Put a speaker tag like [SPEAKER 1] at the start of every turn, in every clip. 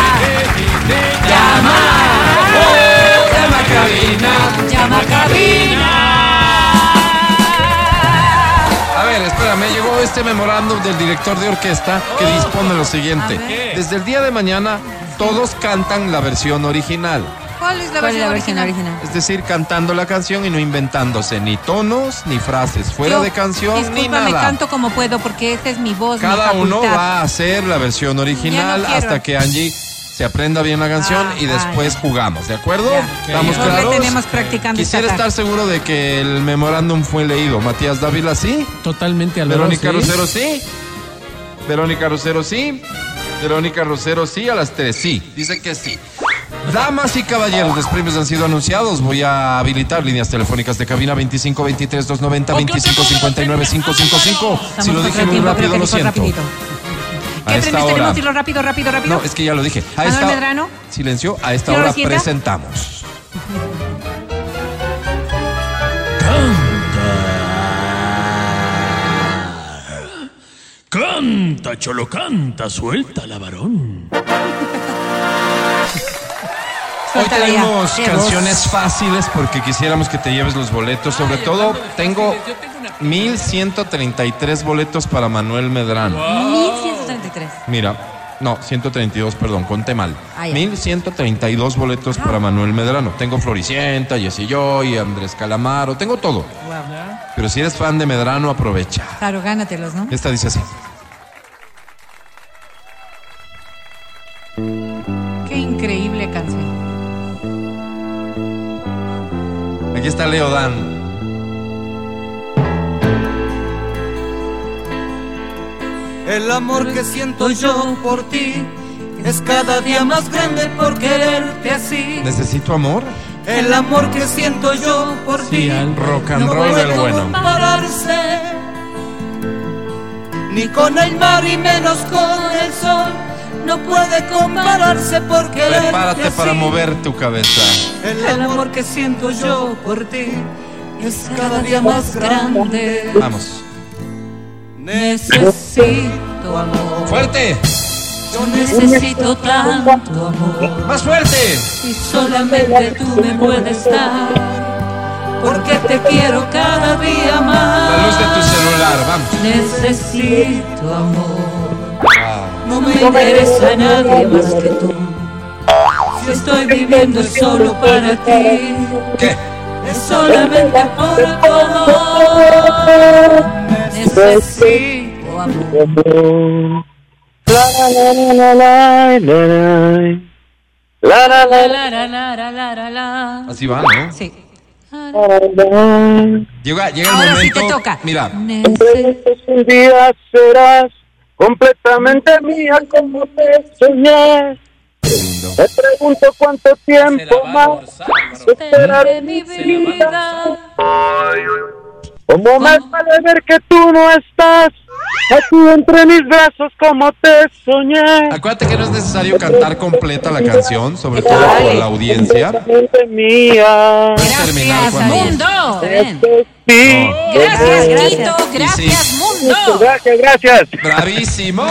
[SPEAKER 1] cabina. Llama. Oh, llama a cabina. Llama a cabina.
[SPEAKER 2] A ver, espérame, llegó este memorándum del director de orquesta que
[SPEAKER 3] Oh.
[SPEAKER 2] dispone lo siguiente.
[SPEAKER 1] A
[SPEAKER 4] ver.
[SPEAKER 2] Desde el día de mañana, todos cantan la versión original.
[SPEAKER 5] ¿Cuál es Ah, la
[SPEAKER 4] ¿Cuál es
[SPEAKER 5] versión
[SPEAKER 4] la versión
[SPEAKER 5] original?
[SPEAKER 4] original?
[SPEAKER 2] Es decir, cantando la canción y no inventándose ni tonos ni frases fuera
[SPEAKER 5] Yo,
[SPEAKER 2] de canción ni
[SPEAKER 5] Discúlpame,
[SPEAKER 2] nada.
[SPEAKER 5] canto como puedo porque esa es mi voz. mi
[SPEAKER 2] Cada uno
[SPEAKER 5] facultad.
[SPEAKER 2] va a hacer la versión original
[SPEAKER 5] Ya no quiero.
[SPEAKER 2] hasta que Angie se aprenda bien la canción
[SPEAKER 5] Ah,
[SPEAKER 2] y después jugamos, ¿de acuerdo?
[SPEAKER 5] Ya.
[SPEAKER 2] ¿Estamos
[SPEAKER 5] Nos
[SPEAKER 2] claros?
[SPEAKER 5] tenemos practicando esta
[SPEAKER 2] Quisiera
[SPEAKER 5] tarde.
[SPEAKER 2] estar seguro de que el memorándum fue leído. Matías Dávila sí,
[SPEAKER 3] Totalmente al
[SPEAKER 2] Verónica Rosero sí, Verónica Rosero sí, Verónica Rosero sí, a las tres sí, dice que sí. Damas y caballeros, los premios han sido anunciados. Voy a habilitar líneas telefónicas de cabina 25 23 290 25 59 555.
[SPEAKER 5] Estamos
[SPEAKER 2] Si lo
[SPEAKER 5] contra el
[SPEAKER 2] dije muy
[SPEAKER 5] tiempo,
[SPEAKER 2] rápido, lo
[SPEAKER 5] creo que dijo
[SPEAKER 2] siento.
[SPEAKER 5] rapidito.
[SPEAKER 2] A
[SPEAKER 5] ¿Qué
[SPEAKER 2] esta
[SPEAKER 5] premios
[SPEAKER 2] hora.
[SPEAKER 5] tenemos? Dilo rápido, rápido, rápido.
[SPEAKER 2] No, es que ya lo dije. A
[SPEAKER 5] Manuel
[SPEAKER 2] esta
[SPEAKER 5] Medrano.
[SPEAKER 2] Silencio, a esta
[SPEAKER 5] ¿Quiero
[SPEAKER 2] hora
[SPEAKER 5] recita?
[SPEAKER 2] presentamos.
[SPEAKER 3] Canta, cholo, canta, suelta la varón.
[SPEAKER 2] Hoy
[SPEAKER 5] Suéltala ya.
[SPEAKER 2] tenemos
[SPEAKER 5] Qué
[SPEAKER 2] canciones fáciles porque quisiéramos que te lleves los boletos. Sobre todo, tengo 1133 boletos para Manuel Medrano.
[SPEAKER 5] voz. 1133.
[SPEAKER 2] Mira, no, 132, perdón, conté mal.
[SPEAKER 5] Ah, ya.
[SPEAKER 2] 1132 boletos
[SPEAKER 6] Ah.
[SPEAKER 2] para Manuel Medrano. Tengo Floricienta, Jessy Joy, Andrés Calamaro, tengo todo. Pero si eres fan de Medrano, aprovecha.
[SPEAKER 5] Claro, gánatelos, ¿no?
[SPEAKER 2] Esta dice así.
[SPEAKER 5] Qué increíble canción.
[SPEAKER 2] Aquí está Leo Dan.
[SPEAKER 6] El amor que siento Pues yo por ti es cada día más grande por quererte así.
[SPEAKER 2] ¿Necesito amor?
[SPEAKER 6] El amor que siento yo por ti
[SPEAKER 2] Rock and
[SPEAKER 6] no
[SPEAKER 2] roll del
[SPEAKER 6] puede
[SPEAKER 2] bueno.
[SPEAKER 6] compararse ni con el mar y menos con el sol. No puede compararse por quererte
[SPEAKER 2] Prepárate
[SPEAKER 6] así.
[SPEAKER 2] para mover tu cabeza.
[SPEAKER 6] El amor que siento yo por ti es cada día más grande.
[SPEAKER 2] Vamos.
[SPEAKER 6] Necesito amor.
[SPEAKER 2] ¡Fuerte!
[SPEAKER 6] Yo necesito tanto amor
[SPEAKER 2] ¡Más fuerte!
[SPEAKER 6] y solamente tú me puedes dar porque te quiero cada día más.
[SPEAKER 2] La luz de tu celular, vamos.
[SPEAKER 6] Necesito amor. No me interesa nadie más que tú. Si estoy viviendo es solo para ti.
[SPEAKER 2] ¿Qué?
[SPEAKER 6] Es solamente por tu amor. Necesito amor. La, la, la, la, la, la, la.
[SPEAKER 2] Así va, ¿no?
[SPEAKER 5] Sí.
[SPEAKER 2] Llega, llega el
[SPEAKER 5] Ahora sí
[SPEAKER 2] momento.
[SPEAKER 5] te toca.
[SPEAKER 2] Mira,
[SPEAKER 5] Nece-
[SPEAKER 7] un día serás completamente mía como te soñé. Te pregunto cuánto tiempo más esperaré mi vida. Como me sale ver que tú no estás aquí entre mis brazos como te soñé.
[SPEAKER 2] acuérdate que no es necesario cantar completa la canción, sobre todo por la audiencia.
[SPEAKER 7] Completamente mía.
[SPEAKER 2] Puedes terminar
[SPEAKER 5] Gracias,
[SPEAKER 2] cuando
[SPEAKER 5] mundo.
[SPEAKER 7] Te
[SPEAKER 5] Bien.
[SPEAKER 7] Sí.
[SPEAKER 5] Gracias,
[SPEAKER 7] Eh,
[SPEAKER 5] Tito. Gracias,
[SPEAKER 2] Sí.
[SPEAKER 5] mundo.
[SPEAKER 7] Gracias, gracias.
[SPEAKER 2] ¡Bravísimo!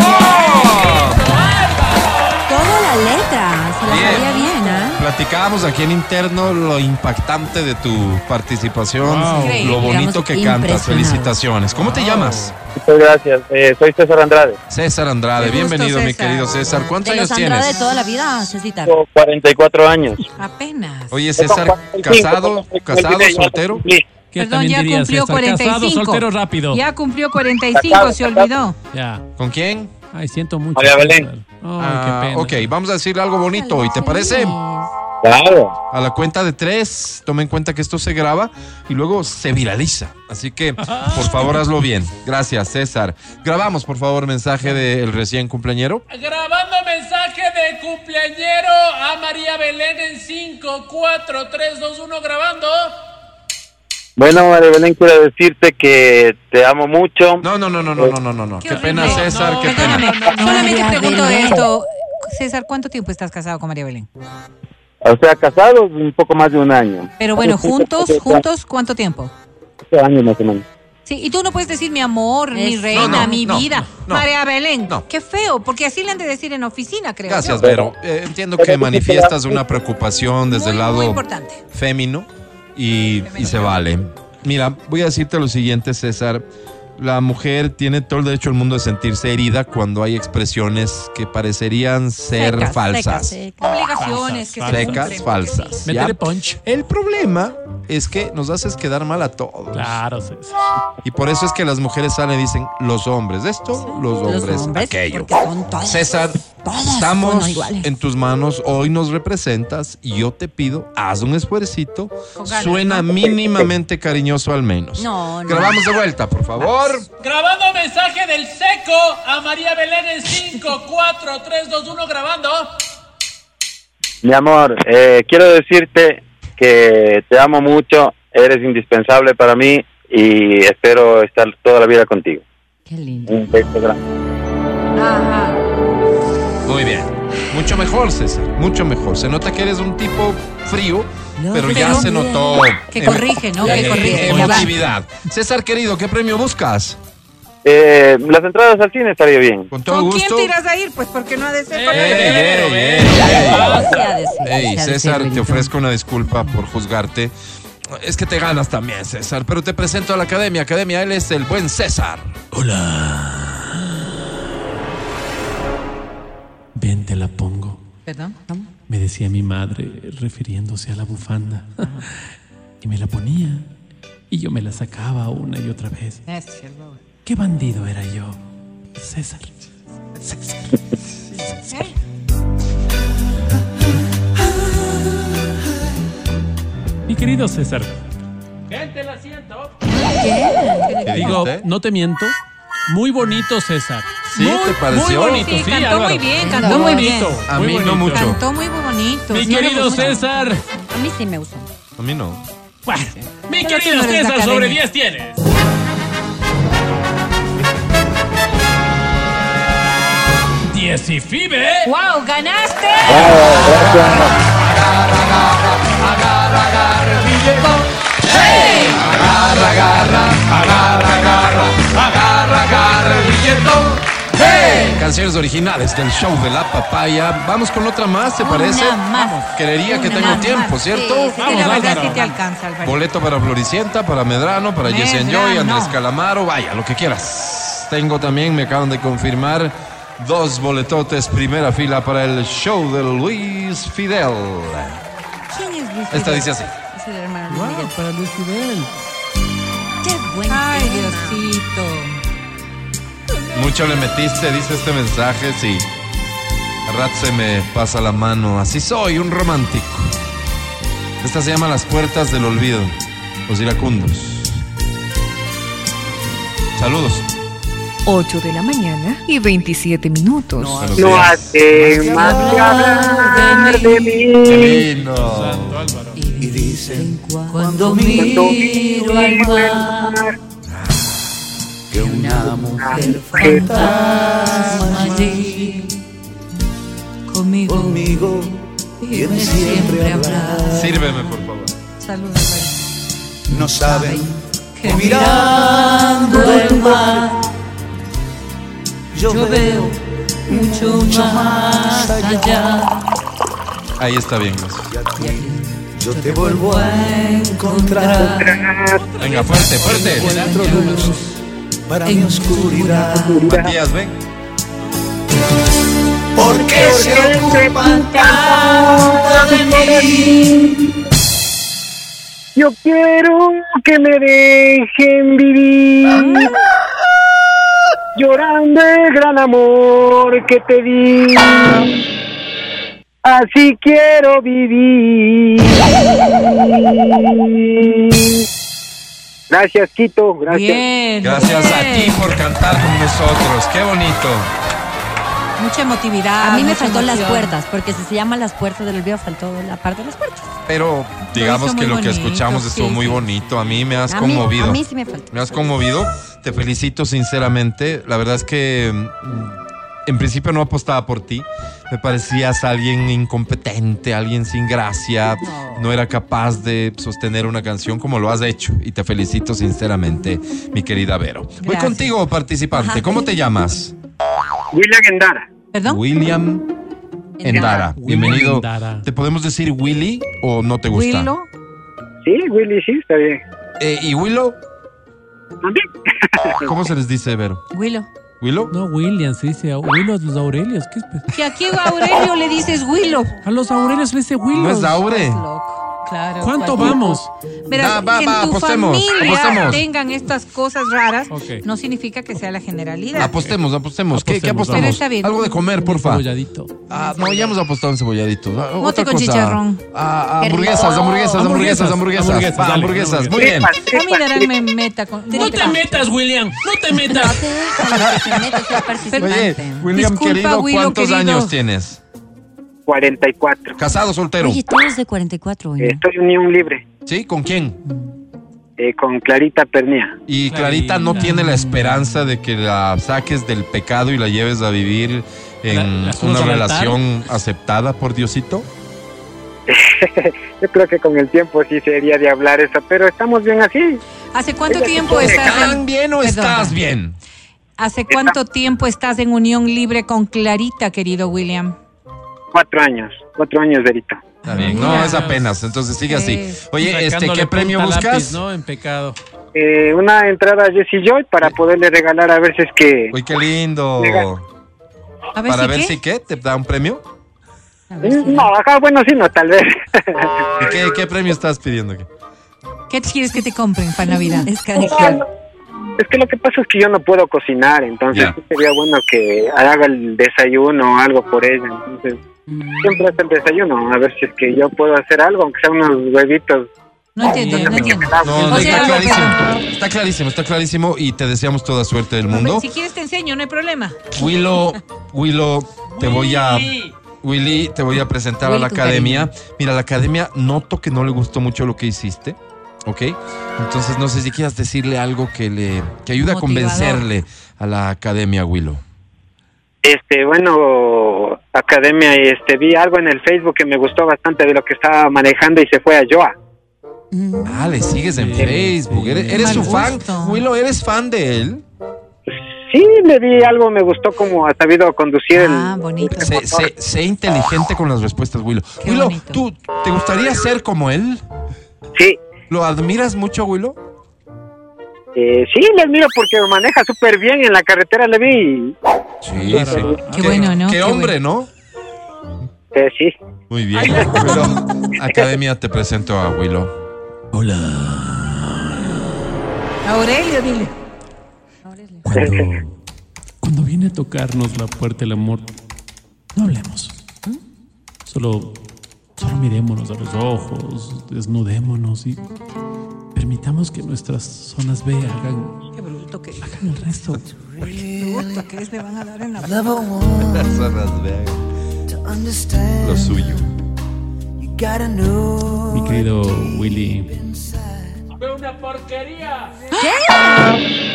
[SPEAKER 5] Toda la letra. Se la
[SPEAKER 2] Bien.
[SPEAKER 5] sabía bien, ¿ah?
[SPEAKER 2] Platicábamos aquí en interno lo impactante de tu participación,
[SPEAKER 3] Wow.
[SPEAKER 5] Increíble,
[SPEAKER 2] lo bonito
[SPEAKER 5] quedamos
[SPEAKER 2] que cantas.
[SPEAKER 5] impresionados.
[SPEAKER 2] Felicitaciones. ¿Cómo te llamas?
[SPEAKER 7] Muchas gracias. Eh, soy César Andrade.
[SPEAKER 2] César Andrade.
[SPEAKER 5] Qué gusto,
[SPEAKER 2] Bienvenido, mi
[SPEAKER 5] César.
[SPEAKER 2] querido César. ¿Cuántos
[SPEAKER 4] De los
[SPEAKER 2] años
[SPEAKER 4] Andrade
[SPEAKER 2] tienes?
[SPEAKER 4] de toda la vida, Cecita.
[SPEAKER 7] Tengo 44 años.
[SPEAKER 5] Apenas.
[SPEAKER 2] Oye, César, casado, casado, soltero.
[SPEAKER 7] Sí,
[SPEAKER 3] ¿Qué
[SPEAKER 5] Perdón,
[SPEAKER 3] también
[SPEAKER 5] ya
[SPEAKER 3] dirías,
[SPEAKER 5] cumplió
[SPEAKER 3] César?
[SPEAKER 5] 45.
[SPEAKER 3] Casado, soltero, rápido. Ya.
[SPEAKER 5] Ya cumplió 45, se olvidó.
[SPEAKER 2] ¿Con quién?
[SPEAKER 3] Ay, siento mucho.
[SPEAKER 7] María Belén.
[SPEAKER 3] Ay, qué
[SPEAKER 2] Ah,
[SPEAKER 3] pena.
[SPEAKER 2] ok, vamos a decirle algo bonito hoy, ¿te parece?
[SPEAKER 7] claro.
[SPEAKER 2] A la cuenta de tres, toma en cuenta que esto se graba y luego se viraliza. Así que, por favor, hazlo bien. Gracias, César. Grabamos, por favor, mensaje del recién cumpleañero.
[SPEAKER 8] Grabando mensaje de cumpleañero a María Belén en 5, 4, 3, 2, 1, grabando.
[SPEAKER 7] Bueno, María Belén, quiero decirte que te amo mucho.
[SPEAKER 2] No, no, no, no, no, no, no, no, no. Qué,
[SPEAKER 5] Qué
[SPEAKER 2] pena,
[SPEAKER 5] horrible.
[SPEAKER 2] César,
[SPEAKER 8] No,
[SPEAKER 2] qué
[SPEAKER 8] no,
[SPEAKER 2] pena.
[SPEAKER 5] Perdóname,
[SPEAKER 4] no,
[SPEAKER 5] solamente
[SPEAKER 4] María
[SPEAKER 5] pregunto de
[SPEAKER 4] Belén.
[SPEAKER 5] esto. César, ¿cuánto tiempo estás casado con María Belén?
[SPEAKER 7] O sea, casados un poco más de un año.
[SPEAKER 5] Pero bueno, juntos, juntos, ¿cuánto tiempo?
[SPEAKER 7] Ocho años más o menos.
[SPEAKER 5] Sí, y tú no puedes decir mi amor, mi
[SPEAKER 6] Eso.
[SPEAKER 5] reina,
[SPEAKER 2] No, no,
[SPEAKER 5] mi
[SPEAKER 2] no,
[SPEAKER 5] vida.
[SPEAKER 2] no, no.
[SPEAKER 5] María Belén,
[SPEAKER 2] No.
[SPEAKER 5] qué feo, porque así le han de decir en oficina, creo.
[SPEAKER 2] Gracias,
[SPEAKER 5] yo.
[SPEAKER 2] Vero. Eh, entiendo que manifiestas una preocupación desde
[SPEAKER 5] Muy,
[SPEAKER 2] el lado
[SPEAKER 5] muy importante.
[SPEAKER 2] fémino y, y se vale. Mira, voy a decirte lo siguiente, César. La mujer tiene todo el derecho del mundo de sentirse herida cuando hay expresiones que parecerían ser
[SPEAKER 5] Secas,
[SPEAKER 2] falsas.
[SPEAKER 5] Obligaciones que se
[SPEAKER 2] Secas,
[SPEAKER 5] cumplen.
[SPEAKER 2] falsas. ¿ya?
[SPEAKER 4] Métele punch.
[SPEAKER 2] El problema es que nos haces quedar mal a todos.
[SPEAKER 4] Claro, César.
[SPEAKER 2] Y por eso es que las mujeres salen y dicen los hombres esto, los hombres, aquello.
[SPEAKER 6] porque son todas-
[SPEAKER 2] César,
[SPEAKER 6] todas
[SPEAKER 2] estamos
[SPEAKER 6] son iguales.
[SPEAKER 2] en tus manos, hoy nos representas y yo te pido, haz un esfuercito,
[SPEAKER 5] Con ganas,
[SPEAKER 2] suena
[SPEAKER 5] ¿no?
[SPEAKER 2] mínimamente cariñoso al menos.
[SPEAKER 6] No, no.
[SPEAKER 2] Grabamos de vuelta, por favor.
[SPEAKER 8] Grabando mensaje del seco a María Belén en 5, 4, 3, 2, 1, grabando.
[SPEAKER 7] Mi amor, eh, quiero decirte que te amo mucho, eres indispensable para mí y espero estar toda la vida contigo.
[SPEAKER 6] Qué lindo.
[SPEAKER 7] Un beso grande.
[SPEAKER 2] Muy bien. Mucho mejor, César, mucho mejor. Se nota que eres un tipo frío,
[SPEAKER 6] No,
[SPEAKER 2] pero ya
[SPEAKER 5] pero-
[SPEAKER 2] se notó.
[SPEAKER 5] Que
[SPEAKER 2] em-
[SPEAKER 5] corrige, ¿no? Que
[SPEAKER 2] em-
[SPEAKER 5] corrige.
[SPEAKER 2] em-
[SPEAKER 5] Ya va.
[SPEAKER 2] Emotividad. César, querido, ¿qué premio buscas?
[SPEAKER 7] Eh, las entradas al cine estaría bien.
[SPEAKER 2] Con todo
[SPEAKER 5] ¿Con
[SPEAKER 2] gusto.
[SPEAKER 5] quién te irás a ir? Pues porque no ha de ser. con
[SPEAKER 2] Ey,
[SPEAKER 5] el-
[SPEAKER 2] ey, ey,
[SPEAKER 6] Sea de ser,
[SPEAKER 2] Ey,
[SPEAKER 6] sea de ser,
[SPEAKER 2] César, te
[SPEAKER 6] Benito.
[SPEAKER 2] ofrezco una disculpa por juzgarte. Es que te ganas también, César, pero te presento a la academia. Academia, él es el buen César.
[SPEAKER 3] Hola. Ven, te la pongo.
[SPEAKER 5] Perdón.
[SPEAKER 3] Me decía mi madre refiriéndose a la bufanda. y me la ponía. Y yo me la sacaba una y otra vez.
[SPEAKER 5] Es cierto.
[SPEAKER 3] ¿Qué bandido era yo? César. César. Mi querido César,
[SPEAKER 8] Gente, la siento.
[SPEAKER 3] te digo, no te miento. Muy bonito, César.
[SPEAKER 2] Sí,
[SPEAKER 3] muy,
[SPEAKER 2] ¿te pareció?
[SPEAKER 3] Muy bonito,
[SPEAKER 5] Sí,
[SPEAKER 3] sí,
[SPEAKER 5] cantó
[SPEAKER 3] Álvaro.
[SPEAKER 5] muy bien, cantó muy bien.
[SPEAKER 2] A
[SPEAKER 3] muy
[SPEAKER 2] mí no
[SPEAKER 3] bonito.
[SPEAKER 2] mucho.
[SPEAKER 5] Cantó muy bonito.
[SPEAKER 3] Mi
[SPEAKER 5] sí,
[SPEAKER 3] querido
[SPEAKER 5] mucho.
[SPEAKER 3] César.
[SPEAKER 6] A mí sí me gustó.
[SPEAKER 2] A mí no.
[SPEAKER 3] Bueno, mi
[SPEAKER 5] Pero tú
[SPEAKER 3] querido
[SPEAKER 5] no eres de
[SPEAKER 3] César, sobre
[SPEAKER 5] academia.
[SPEAKER 3] 10 tienes. Diez y Fibe.
[SPEAKER 5] ¡Wow! ¡Ganaste!
[SPEAKER 2] Canciones originales del show de la papaya. Vamos con otra más, ¿te
[SPEAKER 5] Una
[SPEAKER 2] parece?
[SPEAKER 5] más.
[SPEAKER 2] Creería que
[SPEAKER 5] Una
[SPEAKER 2] tengo
[SPEAKER 5] más,
[SPEAKER 2] tiempo,
[SPEAKER 5] más.
[SPEAKER 2] ¿cierto?
[SPEAKER 5] Sí, sí,
[SPEAKER 3] Vamos,
[SPEAKER 5] la verdad
[SPEAKER 3] Álvaro.
[SPEAKER 5] sí te alcanza, Álvaro.
[SPEAKER 2] Boleto para Floricienta, para Medrano, para Yesen Joy,
[SPEAKER 5] Medrano.
[SPEAKER 2] Andrés Calamaro, vaya, lo que quieras. Tengo también, me acaban de confirmar, dos boletotes, primera fila para el show de Luis Fidel.
[SPEAKER 5] ¿Quién es Luis?
[SPEAKER 2] Esta
[SPEAKER 5] Miguel?
[SPEAKER 2] dice así.
[SPEAKER 5] Es el hermano Luis
[SPEAKER 3] Wow,
[SPEAKER 5] Miguel.
[SPEAKER 3] para Luis Fidel.
[SPEAKER 6] Qué buen
[SPEAKER 5] Ay,
[SPEAKER 6] tema.
[SPEAKER 5] Diosito.
[SPEAKER 2] Mucho le metiste, dice este mensaje, sí. A Rat se me pasa la mano, así soy, un romántico. Esta se llama Las Puertas del Olvido, Los Iracundos. Saludos.
[SPEAKER 9] 8 de la mañana y 27 minutos.
[SPEAKER 2] Buenos
[SPEAKER 7] No
[SPEAKER 2] días.
[SPEAKER 7] hace más que hablar de mí.
[SPEAKER 2] Divino.
[SPEAKER 6] Y dicen
[SPEAKER 5] Cuando
[SPEAKER 6] cuando miro al mar que una mujer fantasma allí
[SPEAKER 5] Conmigo.
[SPEAKER 6] conmigo viene siempre a hablar.
[SPEAKER 2] Sírveme, por favor.
[SPEAKER 5] Saludos,
[SPEAKER 10] No saben
[SPEAKER 5] Álvaro.
[SPEAKER 6] Mirando el mar yo veo mucho más allá
[SPEAKER 2] Ahí está bien, gracias.
[SPEAKER 10] yo te vuelvo a encontrar
[SPEAKER 2] Venga, fuerte, fuerte.
[SPEAKER 10] Encuentro luz para mi oscuridad
[SPEAKER 2] Matías, ven.
[SPEAKER 10] ¿Por qué se ocupan
[SPEAKER 6] tanto de mí.
[SPEAKER 7] Yo quiero que me dejen vivir. Llorando el gran amor que te di. Así quiero vivir. Gracias, Quito. Gracias.
[SPEAKER 5] Bien.
[SPEAKER 2] Gracias a
[SPEAKER 5] bien.
[SPEAKER 2] ti por cantar con nosotros. Qué bonito.
[SPEAKER 5] Mucha emotividad.
[SPEAKER 6] A mí me
[SPEAKER 5] mucha
[SPEAKER 6] faltó las
[SPEAKER 5] emoción.
[SPEAKER 6] puertas, porque si se llaman las puertas del olvido, faltó la parte de las puertas.
[SPEAKER 2] Pero digamos
[SPEAKER 5] hizo
[SPEAKER 2] que
[SPEAKER 5] muy
[SPEAKER 2] lo que
[SPEAKER 5] bonito,
[SPEAKER 2] escuchamos
[SPEAKER 5] sí,
[SPEAKER 2] estuvo muy
[SPEAKER 5] sí.
[SPEAKER 2] bonito. A mí me has
[SPEAKER 6] A mí,
[SPEAKER 2] conmovido.
[SPEAKER 6] a mí sí me faltó.
[SPEAKER 2] Me has conmovido. Te felicito sinceramente. La verdad es que mm, en principio no apostaba por ti. Me parecías alguien incompetente, alguien sin gracia. No era capaz de sostener una canción como lo has hecho. Y te felicito sinceramente, mi querida Vero. Voy
[SPEAKER 5] Gracias.
[SPEAKER 2] contigo, participante.
[SPEAKER 5] Ajá.
[SPEAKER 2] ¿Cómo te llamas?
[SPEAKER 7] William Endara.
[SPEAKER 5] ¿Perdón?
[SPEAKER 2] William Endara. Bienvenido.
[SPEAKER 3] Endara.
[SPEAKER 2] ¿Te podemos decir Willy o no te gusta?
[SPEAKER 5] Willow.
[SPEAKER 7] Sí, Willy, sí, está bien.
[SPEAKER 2] Eh, ¿Y Willow?
[SPEAKER 7] También.
[SPEAKER 2] Ah, ¿Cómo se les dice, Vero?
[SPEAKER 5] Willow.
[SPEAKER 2] ¿Willow?
[SPEAKER 3] No, Williams, se dice Willows, los Aurelios. ¿Qué es? pues?
[SPEAKER 5] Que aquí a Aurelio le dices Willow.
[SPEAKER 3] A los Aurelios le dice Willows.
[SPEAKER 2] No es Daure.
[SPEAKER 5] Loco, claro.
[SPEAKER 3] ¿Cuánto
[SPEAKER 5] cualquier
[SPEAKER 3] vamos?
[SPEAKER 5] cosa. Verás,
[SPEAKER 2] Va, va,
[SPEAKER 5] que
[SPEAKER 2] va,
[SPEAKER 5] en tu
[SPEAKER 2] apostemos,
[SPEAKER 5] familia
[SPEAKER 2] apostemos.
[SPEAKER 5] tengan estas cosas raras,
[SPEAKER 3] Ok.
[SPEAKER 5] no significa que sea la generalidad.
[SPEAKER 2] Apostemos, apostemos. ¿Qué, qué
[SPEAKER 3] Apostemos,
[SPEAKER 2] apostamos?
[SPEAKER 5] Pero está bien.
[SPEAKER 2] Algo de comer, porfa.
[SPEAKER 3] Cebolladito.
[SPEAKER 2] Ah, no, ya hemos apostado en cebolladito. Ah,
[SPEAKER 5] Mote
[SPEAKER 2] otra
[SPEAKER 5] con
[SPEAKER 2] cosa.
[SPEAKER 5] chicharrón.
[SPEAKER 2] Ah, ah, hamburguesas, hamburguesas, hamburguesas,
[SPEAKER 3] Hamburguesas,
[SPEAKER 2] hamburguesas.
[SPEAKER 3] hamburguesas,
[SPEAKER 2] Va,
[SPEAKER 3] dale,
[SPEAKER 2] hamburguesas,
[SPEAKER 3] hamburguesas.
[SPEAKER 2] muy bien.
[SPEAKER 5] A mí darán me meta con.
[SPEAKER 3] No te metas, William. No te metas.
[SPEAKER 2] Oye, William
[SPEAKER 5] Disculpa,
[SPEAKER 2] querido,
[SPEAKER 5] Willow,
[SPEAKER 2] ¿cuántos
[SPEAKER 5] querido.
[SPEAKER 2] años tienes?
[SPEAKER 7] 44.
[SPEAKER 2] ¿Casado, soltero?
[SPEAKER 4] Oye, todos de 44 hoy.
[SPEAKER 7] Eh,
[SPEAKER 4] ¿no?
[SPEAKER 7] Estoy unión libre
[SPEAKER 2] ¿Sí? ¿Con quién?
[SPEAKER 7] eh, con Clarita Pernía.
[SPEAKER 2] Y Clarita no
[SPEAKER 3] Clarita.
[SPEAKER 2] tiene la esperanza de que la saques del pecado y la lleves a vivir en
[SPEAKER 3] La- la subas
[SPEAKER 2] una
[SPEAKER 3] al
[SPEAKER 2] relación aceptada por Diosito.
[SPEAKER 7] Yo creo que con el tiempo sí sería de hablar eso, pero estamos bien así.
[SPEAKER 5] ¿Hace cuánto
[SPEAKER 2] Eh,
[SPEAKER 5] tiempo estás
[SPEAKER 2] ¿Están
[SPEAKER 5] en,
[SPEAKER 2] bien o
[SPEAKER 5] Perdón.
[SPEAKER 2] estás bien?
[SPEAKER 5] ¿Hace cuánto tiempo estás en unión libre con Clarita, querido William?
[SPEAKER 7] Cuatro años, cuatro años, Verito.
[SPEAKER 2] Está bien, no,
[SPEAKER 5] Mira.
[SPEAKER 2] es apenas, entonces sigue así.
[SPEAKER 5] Sí.
[SPEAKER 2] Oye, este,
[SPEAKER 3] Sacándole
[SPEAKER 2] ¿qué premio
[SPEAKER 3] punta lápiz,
[SPEAKER 2] buscas?
[SPEAKER 3] no, en pecado.
[SPEAKER 7] Eh, una entrada a Jesse Joy para poderle regalar a ver si es que...
[SPEAKER 2] Uy, qué lindo.
[SPEAKER 7] Legal.
[SPEAKER 5] A ver
[SPEAKER 2] Para
[SPEAKER 5] si
[SPEAKER 2] ver
[SPEAKER 5] qué.
[SPEAKER 2] si qué, ¿te da un premio?
[SPEAKER 5] Pues
[SPEAKER 7] No, ajá, bueno, sí, no, tal vez.
[SPEAKER 2] ¿Y qué, qué premio estás pidiendo?
[SPEAKER 5] ¿Qué quieres que te compren para Navidad?
[SPEAKER 4] Es que- que-
[SPEAKER 7] es que lo que pasa es que yo no puedo cocinar, entonces
[SPEAKER 2] Ya.
[SPEAKER 7] sí sería bueno que haga el desayuno o algo por ella. Entonces, siempre hace el desayuno, a ver si es que yo puedo hacer algo, aunque sea unos huevitos.
[SPEAKER 5] No entiendo, no entiendo.
[SPEAKER 2] No,
[SPEAKER 5] O
[SPEAKER 2] está
[SPEAKER 5] sea,
[SPEAKER 2] clarísimo. Está clarísimo, está clarísimo y te deseamos toda suerte del
[SPEAKER 5] A ver,
[SPEAKER 2] mundo.
[SPEAKER 5] Si quieres te enseño, no hay problema.
[SPEAKER 2] Willow, Willow, te eh, voy a. Willy, te voy a presentar a la
[SPEAKER 4] Willy, tu
[SPEAKER 2] academia. Mira, la academia noto que no le gustó mucho lo que hiciste, ¿ok? Entonces no sé si quieras decirle algo que le que ayude a
[SPEAKER 5] Motivador.
[SPEAKER 2] convencerle a la academia, Willow.
[SPEAKER 7] Este, bueno, academia, este, vi algo en el Facebook que me gustó bastante de lo que estaba manejando y se fue a Joa.
[SPEAKER 4] Mm.
[SPEAKER 2] Ah, le sigues en
[SPEAKER 3] Sí,
[SPEAKER 2] Facebook.
[SPEAKER 3] sí.
[SPEAKER 2] Eres, eres
[SPEAKER 5] Mal
[SPEAKER 2] su fan.
[SPEAKER 5] gusto.
[SPEAKER 2] Willow, ¿eres fan de él?
[SPEAKER 7] Sí, le vi algo, me gustó como ha sabido conducir el...
[SPEAKER 4] Ah, bonito.
[SPEAKER 2] Sé, sé- sé inteligente con las respuestas, Willow.
[SPEAKER 5] Qué
[SPEAKER 2] Willow,
[SPEAKER 5] bonito.
[SPEAKER 2] ¿tú te gustaría ser como él?
[SPEAKER 7] Sí,
[SPEAKER 2] ¿Lo admiras mucho, Willow?
[SPEAKER 7] eh, sí, le admiro porque maneja súper bien en la carretera, le vi. y,
[SPEAKER 2] Sí,
[SPEAKER 3] Claro.
[SPEAKER 2] sí.
[SPEAKER 5] Qué bueno, ¿no?
[SPEAKER 2] Qué,
[SPEAKER 5] Qué
[SPEAKER 2] hombre, ¿no?
[SPEAKER 7] eh, sí.
[SPEAKER 2] Muy bien. Willow, Academia, te presento a Willow.
[SPEAKER 5] Aurelio, dile.
[SPEAKER 3] Cuando, cuando viene a tocarnos la puerta del amor, no hablemos. ¿eh? Solo, solo mirémonos a los ojos, desnudémonos y permitamos que nuestras zonas B hagan,
[SPEAKER 5] Qué bruto que
[SPEAKER 3] hagan el resto.
[SPEAKER 5] bruto que es, le van a dar en la
[SPEAKER 10] Never want to understand.
[SPEAKER 2] Lo suyo.
[SPEAKER 10] You gotta know
[SPEAKER 3] Mi querido Willy,
[SPEAKER 8] Fue una porquería.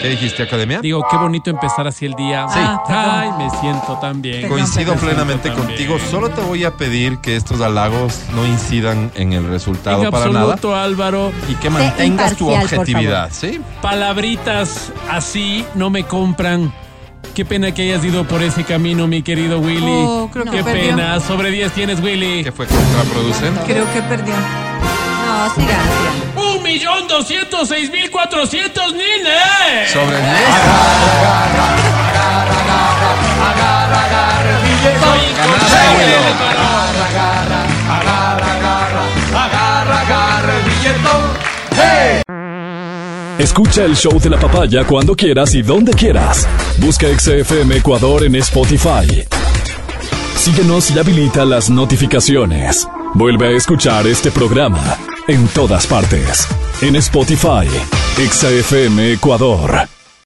[SPEAKER 2] ¿Qué dijiste, Academia?
[SPEAKER 3] digo, qué bonito empezar así el día.
[SPEAKER 2] Sí.
[SPEAKER 3] Ay, me siento tan bien.
[SPEAKER 2] Coincido
[SPEAKER 3] Me siento
[SPEAKER 2] plenamente
[SPEAKER 3] tan
[SPEAKER 2] contigo.
[SPEAKER 3] bien.
[SPEAKER 2] Solo te voy a pedir que estos halagos no incidan en el resultado
[SPEAKER 3] En
[SPEAKER 2] para nada
[SPEAKER 3] absoluto, Álvaro.
[SPEAKER 2] y que mantengas tu
[SPEAKER 4] imparcial, por
[SPEAKER 2] objetividad, ¿sí?
[SPEAKER 3] Palabritas así no me compran. Qué pena que hayas ido por ese camino, mi querido Willy.
[SPEAKER 5] Oh, creo que
[SPEAKER 3] Qué
[SPEAKER 5] perdió.
[SPEAKER 3] pena. Sobre 10 tienes, Willy.
[SPEAKER 2] Que fue contraproducente.
[SPEAKER 5] Creo que perdió.
[SPEAKER 4] No, siga, siga.
[SPEAKER 3] ¡Un millón doscientos seis mil cuatrocientos niños!
[SPEAKER 2] Sobre el mes.
[SPEAKER 11] Escucha el show de la papaya cuando quieras y donde quieras. Busca XFM Ecuador en Spotify. Síguenos y habilita las notificaciones. Vuelve a escuchar este programa en todas partes. En Spotify, XFM Ecuador.